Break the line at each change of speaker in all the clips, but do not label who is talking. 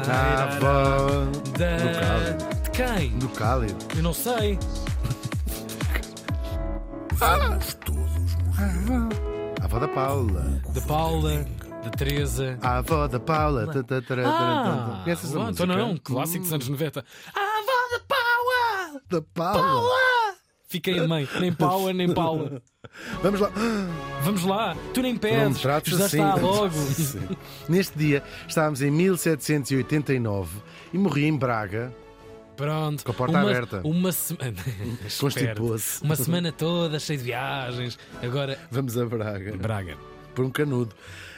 Estava
da...
Ah, no Cálido.
De quem?
No Cálido.
Eu não sei.
Vamos todos morrer.
A avó da Paula.
Da Paula, da Teresa.
A avó da Paula. Tá, tá, tá, tá, tá, tá. Conheces a
lá,
música?
então não é um clássico dos anos 90. Ah, vá da Paula!
Da Paula.
Paula! Fiquei a mãe, nem Paula, nem Paula.
Vamos lá.
Vamos lá, tu nem
Não me
pedes,
trates
já
assim.
está logo.
Sim. Neste dia estávamos em 1789 e morri em Braga.
Pronto.
Com a porta
uma,
aberta.
Uma semana.
Constipou-se.
Uma semana toda, cheio de viagens. Agora,
Vamos a Braga.
Braga.
Por um canudo.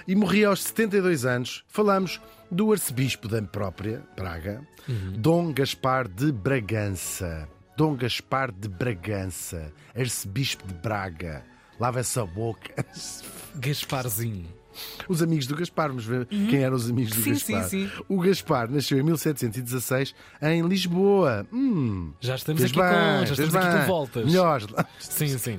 E morri aos 72 anos. Falamos do arcebispo da própria Braga, Dom Gaspar de Bragança. Dom Gaspar de Bragança, arcebispo de Braga. Lava essa boca.
Gasparzinho.
Os amigos do Gaspar, vamos ver quem eram os amigos do
Uhum. Sim, sim,
Gaspar.
sim.
O Gaspar nasceu em 1716 em Lisboa. Hum,
Já estamos
fez
aqui com. Já
fez
estamos aqui
bem.
com voltas.
Melhores.
Sim, sim.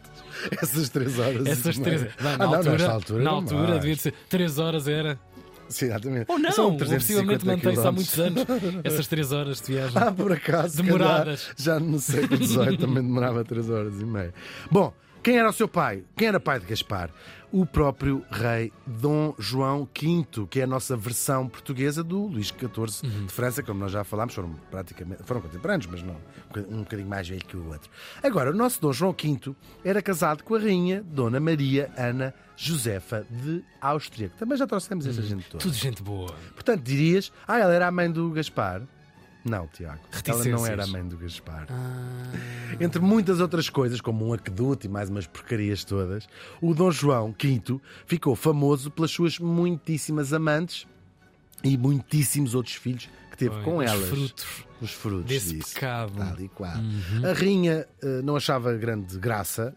Essas três horas.
Essas
e
três.
meia.
Não,
Ah,
na
não,
altura,
nesta altura,
na
não
altura
mais.
devia ser. 3 horas era.
Sim, exatamente.
Ou não,
São
ou possivelmente
350
mantém-se há
quilómetros.
muitos anos. Essas 3 horas de viagem.
Ah, por acaso. se
Demoradas.
calhar, Já no século XVIII também demorava 3 horas e meia. Bom, quem era o seu pai? Quem era pai de Gaspar? O próprio rei Dom João V, que é a nossa versão portuguesa do Luís XIV de França, como nós já falámos, foram praticamente foram contemporâneos, mas não um bocadinho mais velho que o outro. Agora, o nosso Dom João V era casado com a rainha Dona Maria Ana Josefa de Áustria, que também já trouxemos esta gente toda.
Tudo gente boa.
Portanto, dirias, ah, ela era a mãe do Gaspar. Não, Tiago. Ela não
Reticências. Ah.
era a mãe do Gaspar. Entre muitas outras coisas, como um aqueduto e mais umas porcarias todas, o Dom João V ficou famoso pelas suas muitíssimas amantes e muitíssimos outros filhos que teve
Bem,
com
os
elas.
frutos
Os frutos
desse
disso.
pecado. Uhum.
Tal e qual. A rainha eh, não achava grande graça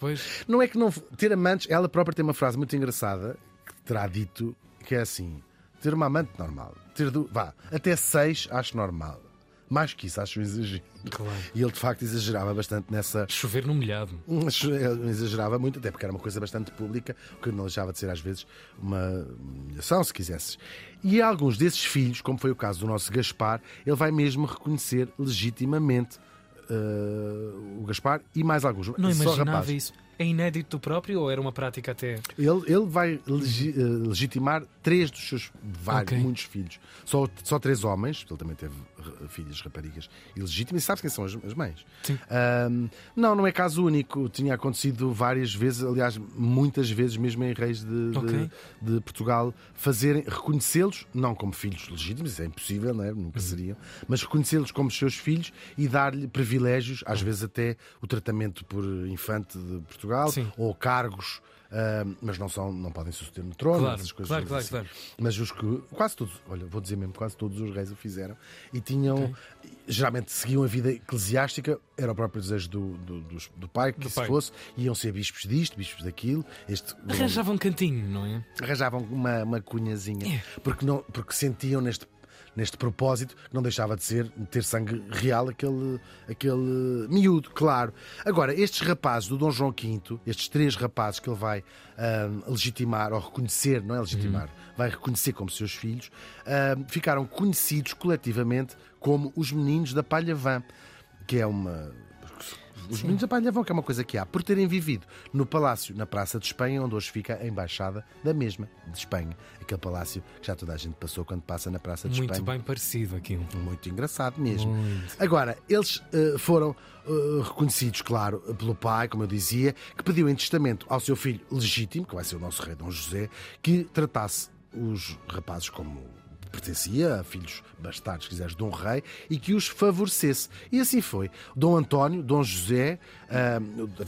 Pois.
não é que não. Ter amantes, ela própria tem uma frase muito engraçada que terá dito que é assim: ter uma amante normal. Ter do, vá, até seis acho normal. Mais que isso, acho um exagero.
Claro.
E ele de facto exagerava bastante nessa.
Chover no molhado.
Ele Exagerava muito, até porque era uma coisa bastante pública, o que não deixava de ser às vezes uma humilhação, se quisesses. E alguns desses filhos, como foi o caso do nosso Gaspar, ele vai mesmo reconhecer legitimamente eh, o Gaspar e mais alguns.
Não
só
imaginava
rapazes.
isso. É inédito do próprio ou era uma prática até.
Ele, ele vai legi- eh, legitimar três dos seus vários,
Ok.
muitos filhos. Só, só três homens, porque ele também teve eh, filhas raparigas ilegítimas. E sabes quem são as, as mães?
Sim.
Ahm, não, não é caso único. Tinha acontecido várias vezes, aliás, muitas vezes, mesmo em reis de, de-
Ok.
de Portugal, fazerem, reconhecê-los, não como filhos legítimos, isso é impossível, não é?
Uhum.
nunca seriam, mas reconhecê-los como seus filhos e dar-lhe privilégios, às vezes até o tratamento por infante de Portugal
Sim.
ou cargos. ah, mas não, são, não podem suceder no trono,
Claro,
essas coisas
claro, claro,
assim.
claro.
Mas os que, quase todos, olha, vou dizer mesmo, quase todos os reis o fizeram e tinham, geralmente seguiam a vida eclesiástica, era o próprio desejo do, do, dos- do pai que
Do
se
pai.
fosse, iam ser bispos disto, bispos daquilo, este
Arranjava um cantinho, não é?
arranjavam uma, uma cunhazinha, porque, não, porque sentiam neste, neste propósito que não deixava de ser ter sangue real aquele, aquele miúdo, claro. Agora, estes rapazes do Dom João V, estes três rapazes que ele vai ahm, legitimar ou reconhecer, não é legitimar, vai reconhecer como seus filhos, ahm, ficaram conhecidos coletivamente como os meninos da palha vã, que é uma os meninos apalhavam que é uma coisa que há, por terem vivido no palácio na Praça de Espanha, onde hoje fica a embaixada da mesma, de Espanha. Aquele palácio que já toda a gente passou quando passa na Praça de
Muito
Espanha.
bem parecido aquilo.
Muito engraçado mesmo.
Muito.
Agora, eles eh, foram eh, reconhecidos, claro, pelo pai, como eu dizia, que pediu em testamento ao seu filho legítimo, que vai ser o nosso rei Dom José, que tratasse os rapazes como pertencia, a filhos bastardos, se quiseres, de um rei, e que os favorecesse. E assim foi. Dom António, Dom José, ah,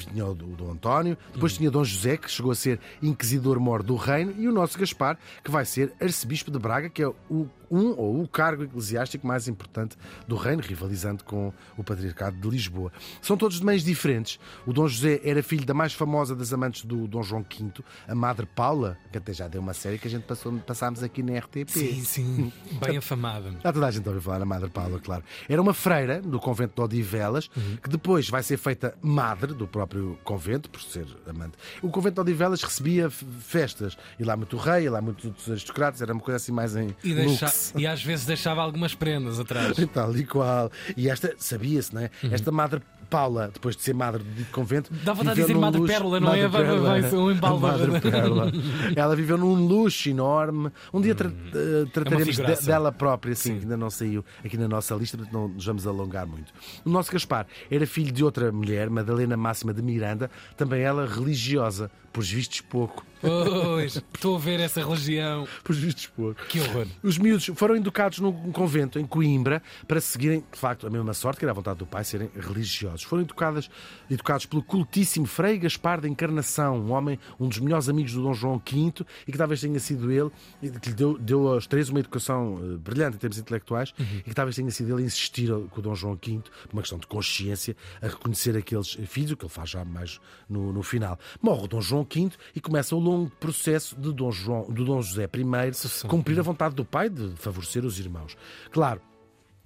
tinha o Dom António, depois tinha Dom José, que chegou a ser inquisidor-mor do reino, e o nosso Gaspar, que vai ser arcebispo de Braga, que é o um ou o cargo eclesiástico mais importante do reino, rivalizando com o patriarcado de Lisboa. São todos de meios diferentes. O Dom José era filho da mais famosa das amantes do Dom João V, a Madre Paula, que até já deu uma série que a gente passou, passámos aqui na RTP.
Sim, sim, Bem afamada.
Já toda a gente ouviu falar na Madre Paula, claro. Era uma freira do convento de Odivelas, que depois vai ser feita madre do próprio convento, por ser amante. O convento de Odivelas recebia f- festas. E lá muito rei, e lá muitos aristocratas, era uma coisa assim mais em
E,
luxo.
deixa- e às vezes deixava algumas prendas atrás.
E Tal e qual. E esta, sabia-se, não é? Esta Madre Paula, depois de ser madre de convento.
Uhum. Dá vontade de
viveu
dizer
num
Madre
luxo-
Pérola, não é? Vai- vai- vai-
Pérola.
um embalo.
A Madre Pérola. Ela viveu num luxo enorme. Um dia tra- eh, trataremos de-
Uhum. É figuraça.
dela própria, assim, que ainda não saiu aqui na nossa lista, portanto não nos vamos alongar muito. O nosso Gaspar era filho de outra mulher, Madalena Máxima de Miranda, também ela religiosa, por vistos pouco.
Pois, estou a ver essa religião.
Por vistos pouco.
Que horror.
Os miúdos foram educados num convento em Coimbra para seguirem, de facto, a mesma sorte que era a vontade do pai serem religiosos. Foram educadas, educados pelo cultíssimo Frei Gaspar da Encarnação, um homem, um dos melhores amigos do Dom João V e que talvez tenha sido ele, e que lhe deu, deu aos três uma educação eh, brilhante em termos intelectuais e que talvez tenha sido ele a insistir ao- com o Dom João V, por uma questão de consciência, a reconhecer aqueles filhos, o que ele faz já mais no, no final. Morre o Dom João V e começa o longo processo de Dom, João, do Dom José I cumprir a vontade do pai de favorecer os irmãos. Claro.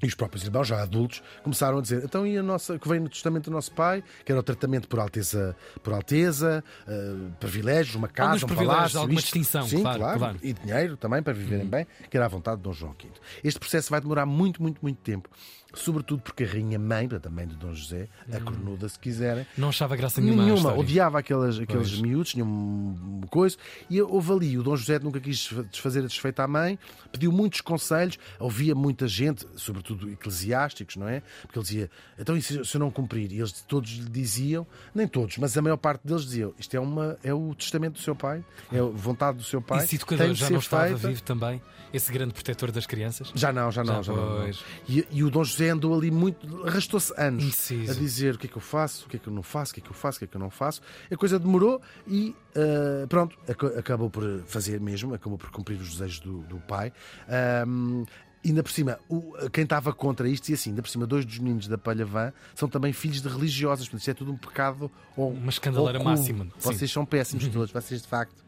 E os próprios irmãos, já adultos, começaram a dizer: então, e a nossa, que vem no testamento do nosso pai, que era o tratamento por alteza, por alteza eh, privilégios, uma casa,
Alguns
um
privilégios,
palácio.
alguma
isto."
distinção,
Sim,
claro, claro. Uhum.
e dinheiro também para viverem bem, que era à vontade de Dom João V. Este processo vai demorar muito, muito, muito tempo. Sobretudo porque a rainha mãe, portanto, a mãe de Dom José,
Hum.
a cornuda, se quiserem,
Não achava graça nenhuma. à
nenhuma,
história.
odiava aquelas, aqueles miúdos, tinha um um coisa. E houve ali, o Dom José nunca quis desfazer a desfeita à mãe, pediu muitos conselhos, ouvia muita gente, sobretudo eclesiásticos, não é? Porque ele dizia, então e se, se eu não cumprir? E eles todos lhe diziam, nem todos, mas a maior parte deles diziam, isto é, uma, é o testamento do seu pai, é a vontade do seu
E
pai.
se
tem
educador
de
já
ser
não estava
feita.
vivo também, esse grande protetor das crianças.
Já não, já não,
Já
já, não.
pois.
E, e o Dom José andou ali muito, arrastou-se anos
Indeciso.
a dizer o que é que eu faço, o que é que eu não faço, o que é que eu faço, o que é que eu não faço. A coisa demorou e ah, pronto, ac- acabou por fazer mesmo, acabou por cumprir os desejos do, do pai. Ahm, Ainda por cima, o- quem estava contra isto, e assim, ainda por cima, dois dos meninos da Palhavã são também filhos de religiosas, portanto, isto é tudo um pecado ou
Uma escandaleira
ou cu.
máxima, sim.
Vocês são péssimos todos, vocês de facto.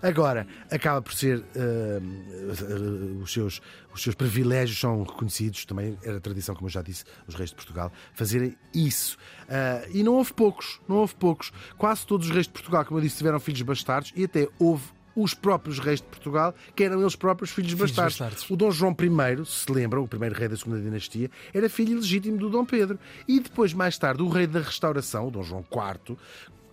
Agora, acaba por ser. eh, eh, os, seus, os seus privilégios são reconhecidos, também era tradição, como eu já disse, os reis de Portugal, fazerem isso. Ah, e não houve poucos, não houve poucos. Quase todos os reis de Portugal, como eu disse, tiveram filhos bastardos e até houve os próprios reis de Portugal, que eram eles próprios filhos, bastardos.
bastardos.
O Dom João I, se lembram, o primeiro rei da segunda dinastia, era filho ilegítimo do Dom Pedro. E depois, mais tarde, o rei da restauração, o Dom João IV,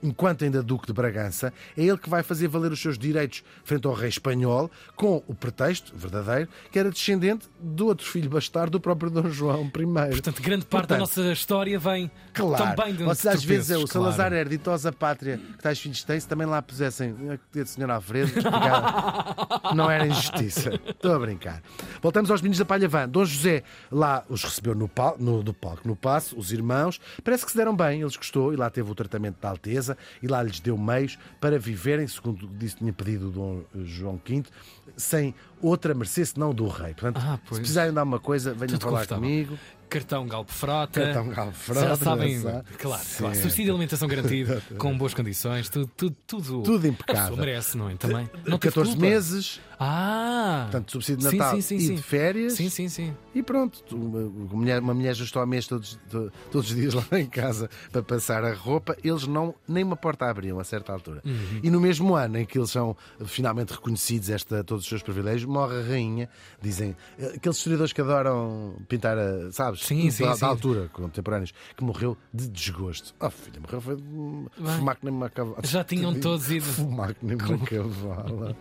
enquanto ainda duque de Bragança, é ele que vai fazer valer os seus direitos frente ao rei espanhol, com o pretexto, verdadeiro, que era descendente do outro filho bastardo do próprio Dom João I.
Portanto, grande parte da
Portanto,
nossa história vem
Claro.
também de um
Vocês às vezes é o
tropeços,
Salazar
claro.
é ditosa pátria que tais filhos têm, se também lá pusessem a senhora Alfredo, explicava. não era injustiça. Estou a brincar. Voltamos aos meninos da Palhavã. Dom José lá os recebeu no, pal- no- do palco, no passo, os irmãos. Parece que se deram bem, eles gostou e lá teve o tratamento da Alteza e lá lhes deu meios para viverem, segundo disse, tinha pedido o Dom eh, João V, sem outra mercê senão do rei. Portanto,
Ah,
se
pois.
precisarem de alguma coisa, venham
Tudo
falar
confortável.
comigo.
Cartão Galpo Frota.
Cartão Galpo Frota,
Já sabem,
já sabe.
claro, claro.
Certo.
Subsídio de alimentação garantido, com boas condições, tudo, tudo, tudo.
Tudo
A
impecável.
pessoa merece, não é? Também. Não teve
14
culpa.
meses.
Ah!
Portanto, subsídio de
Sim,
Natal
sim, sim,
e
sim.
de férias.
Sim, sim, sim.
E pronto, tu- uma uma mulher, uma mulher ajustou a mês todos, to- todos os dias lá em casa para passar a roupa. Eles não nem uma porta abriam a certa altura.
Uhum.
E no mesmo ano em que eles são eh, finalmente reconhecidos esta, todos os seus privilégios, morre a rainha. Dizem eh, aqueles historiadores que adoram pintar, a, sabes?
Sim,
da,
sim,
da
sim.
altura, contemporâneos, que morreu de desgosto. Ah, filha, morreu foi de hum,
Vai.
fumar que nem uma cavalo.
Já tinham
Tadinho.
todos ido.
Fumar que nem uma cavala.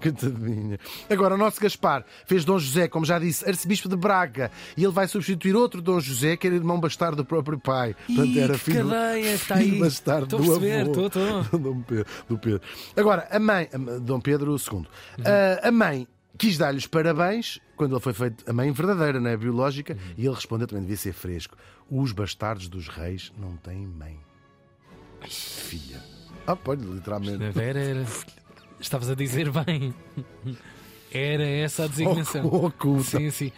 Coitadinha. Agora, o nosso Gaspar fez Dom José, como já disse, arcebispo de Braga. E ele vai substituir outro Dom José, que era irmão bastardo do próprio pai.
Ih, que cadeia que está
filho
aí.
bastardo
Estou a
do
perceber, estou,
avô.
estou.
Dom Pedro, do Pedro. Agora, a mãe, a m- Dom Pedro II, Ah, a mãe quis dar-lhe os parabéns quando ele foi feito a mãe verdadeira, não é? Biológica. E ele respondeu, também devia ser fresco, os bastardos dos reis não têm mãe. Filha. Ah, pode, literalmente.
Na Vera era. Estavas a dizer bem. Era essa a designação.
Oculta.
Sim, sim.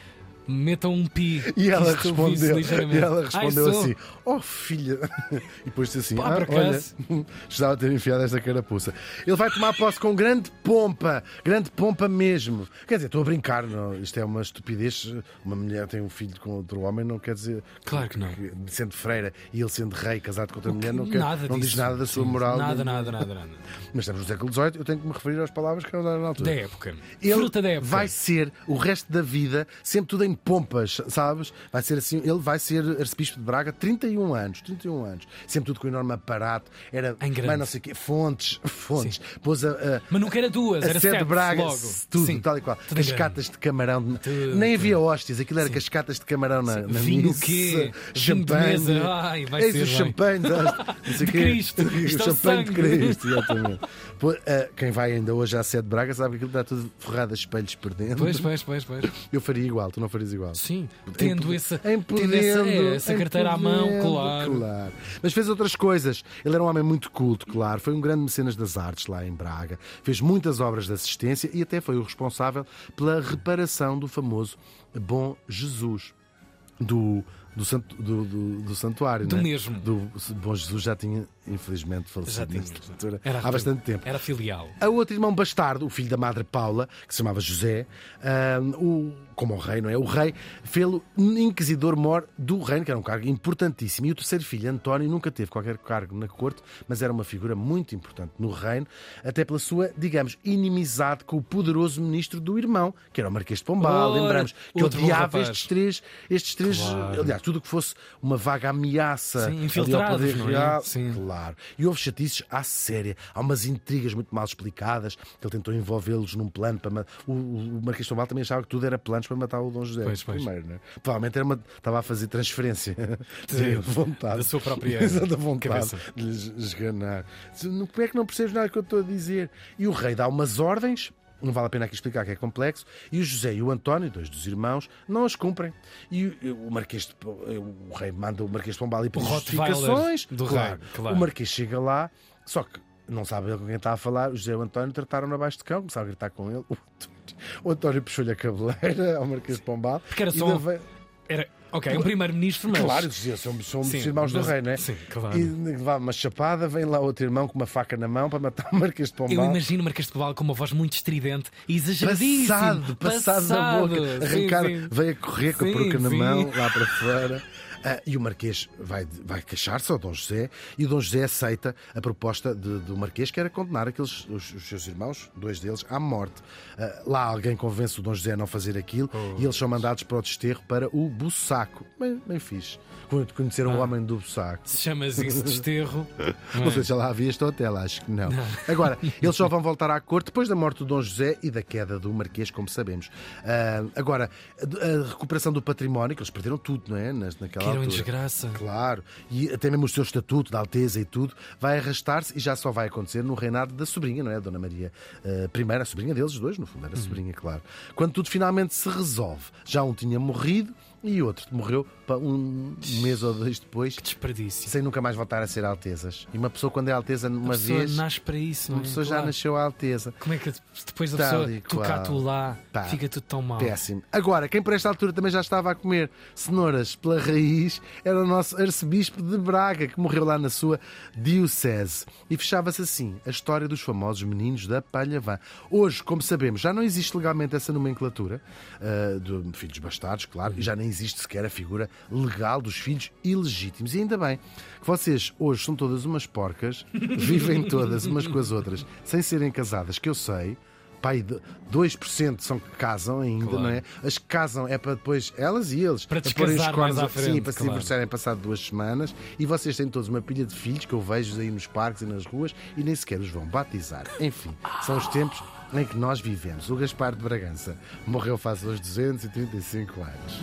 Metam um pi.
E ela
Isto eu vi-se
respondeu,
ligeiramente.
e ela
Ai,
respondeu
sou.
assim: Oh filha! E depois disse assim:
Pá,
ah,
por
Olha,
acaso.
estava a ter enfiado esta carapuça. Ele vai tomar posse com grande pompa, grande pompa mesmo. Quer dizer, estou a brincar, não, isto é uma estupidez. Uma mulher tem um filho com outro homem, não quer dizer.
Claro que não.
Sendo freira e ele sendo rei, casado com outra mulher, não, quer,
Nada
não
disso.
diz nada da sua
Sim,
moral.
Nada, nada, nada, nada.
Mas estamos no século XVIII, eu tenho que me referir às palavras que eram dadas na altura.
Da época.
Ele
Fruta da época.
vai ser o resto da vida, sempre tudo em pompas, sabes? Vai ser assim, ele vai ser arcebispo de Braga 31 anos, 31 anos, sempre tudo com um enorme aparato, era
Em grande.
mas não sei o quê, fontes, fontes, pôs a, a,
Mas nunca era duas,
a
era
sede
sete
de Braga,
logo.
tudo,
Sim.
tal e qual.
Tudo em
cascatas de camarão,
Tudo,
nem havia hóstias, aquilo era cascatas de camarão na, na
Vinho
missa,
o quê? Vinho de
champanhe,
mesa, ai, vai
Eis
ser
o
bem.
champanhe, de, não sei o
De
quê.
Cristo,
o
isto é o
champanhe de
sangue.
Cristo, exatamente. Pô, ah, quem vai ainda hoje à sede de Braga sabe que aquilo está tudo forrado a espelhos por dentro.
Pois, pois, pois, pois.
Eu faria igual, tu não farias igual.
Sim, tendo
Em-
essa,
em
tendo essa,
podendo,
é, essa
em
carteira à mão,
podendo,
claro.
claro. Mas fez outras coisas. Ele era um homem muito culto, claro. Foi um grande mecenas das artes lá em Braga. Fez muitas obras de assistência e até foi o responsável pela reparação do famoso Bom Jesus. Do, do, santo- do- do- do santuário,
Do
né?
mesmo.
Do Bom Jesus já tinha, infelizmente,
Já
falecido
tinha.
nesta altura.
Era
há bastante tempo.
Era filial.
A outro irmão bastardo, o filho da madre Paula, que se chamava José, ahm, o, como o rei, não é? O rei, fê-lo inquisidor-mor do reino, que era um cargo importantíssimo. E o terceiro filho, António, nunca teve qualquer cargo na corte, mas era uma figura muito importante no reino, até pela sua, digamos, inimizade com o poderoso ministro do irmão, que era o Marquês de Pombal.
Ora,
Lembramos que
outro bom
odiava
rapaz.
estes três, estes três
Claro.
aliás, tudo o que fosse uma vaga ameaça
Sim,
ali ao
infiltrados,
poder
não é?
real.
Sim.
Claro. E houve chatices à séria. Há umas intrigas muito mal explicadas. Ele tentou envolvê-los num plano para matar. O, o Marquês de Pombal também achava que tudo era planos para matar o Dom José.
Pois, pois.
Primeiro, né? Provavelmente era uma... estava a fazer transferência de vontade.
da sua própria
Exato, da vontade
cabeça.
de lhes esganar. Se- não- Como é que não percebes nada que eu estou a dizer? E o rei dá umas ordens. Não vale a pena aqui explicar que é complexo. E o José e o António, dois dos irmãos, não as cumprem. E o o Marquês de, Po- o rei manda o Marquês de Pombal ali por
Rottweiler
justificações.
do rei, claro.
O Marquês chega lá, só que não sabe ele com quem está a falar. O José e o António trataram-no abaixo de cão, começaram a gritar com ele. O António, o António puxou-lhe a cabeleira ao Marquês de Pombal.
Porque era
E
só
ainda
um-
veio-
Era, ok, um primeiro-ministro, mas.
Claro, dizia, somos, somos
Sim,
irmãos
mas-
do rei, não é?
sim, claro.
E levava uma chapada, vem lá outro irmão com uma faca na mão para matar o Marquês de
Eu
Pombal.
imagino o Marquês de Pombal com uma voz muito estridente e exageradíssima.
Passado, passado na boca,
Sim,
arrancar,
sim.
veio a correr com a
Sim,
peruca na
sim.
mão, lá para fora. Ah, e o Marquês vai, vai queixar-se ao Dom José e o Dom José aceita a proposta de- do Marquês, que era condenar aqueles, os, os seus irmãos, dois deles, à morte. Ah, lá alguém convence o Dom José a não fazer aquilo e eles são mandados para o desterro para o Bussaco. Bem, bem fixe. Quando conheceram
Ah.
o homem do Bussaco.
Se chamas isso desterro.
É Não sei se já lá havia este hotel, acho que não. Agora, eles só vão voltar à corte depois da morte do Dom José e da queda do Marquês, como sabemos. Ah, agora, a, a recuperação do património, que eles perderam tudo, não é? Nas, naquela
Que eram em
altura.
desgraça.
Claro, e até mesmo o seu estatuto da Alteza e tudo vai arrastar-se e já só vai acontecer no reinado da sobrinha, não é? Dona Maria eh, I, a sobrinha deles dois, no
Uhum.
fundo, era a sobrinha, claro. Quando tudo finalmente se resolve, já um tinha morrido e outro morreu pa- um mês ou dois depois
Desperdício.
sem nunca mais voltar a ser Altezas. E uma pessoa, quando é Alteza
A
uma
pessoa
vez,
nasce para isso, não é?
uma pessoa já
Claro.
nasceu a Alteza.
Como é que depois da
Tal
pessoa
e
tocar tu
qual.
lá,
Pá.
fica tudo tão mal?
Péssimo. Agora, quem por esta altura também já estava a comer cenouras pela raiz era o nosso arcebispo de Braga, que morreu lá na sua diocese. E fechava-se assim a história dos famosos meninos da Palhavã. Hoje, como sabemos, já não existe legalmente essa nomenclatura ah, de filhos bastardos, claro, e já nem existe sequer a figura legal dos filhos ilegítimos. E ainda bem que vocês hoje são todas umas porcas, vivem todas umas com as outras, sem serem casadas, que eu sei. Pai, de- 2% são que casam ainda,
Claro.
não é? As que casam é para depois elas e eles
Para
a porem os
descasar
cornos
mais à
ao-
frente,
sim, para se
claro.
divorciarem passado duas semanas. E vocês têm todos uma pilha de filhos que eu vejo aí nos parques e nas ruas e nem sequer os vão batizar. Enfim, são os tempos em que nós vivemos. O Gaspar de Bragança morreu faz uns 235 anos.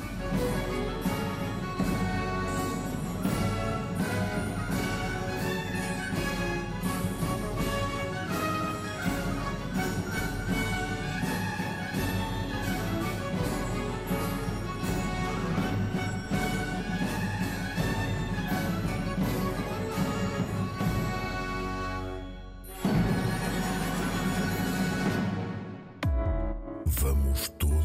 Vamos todos.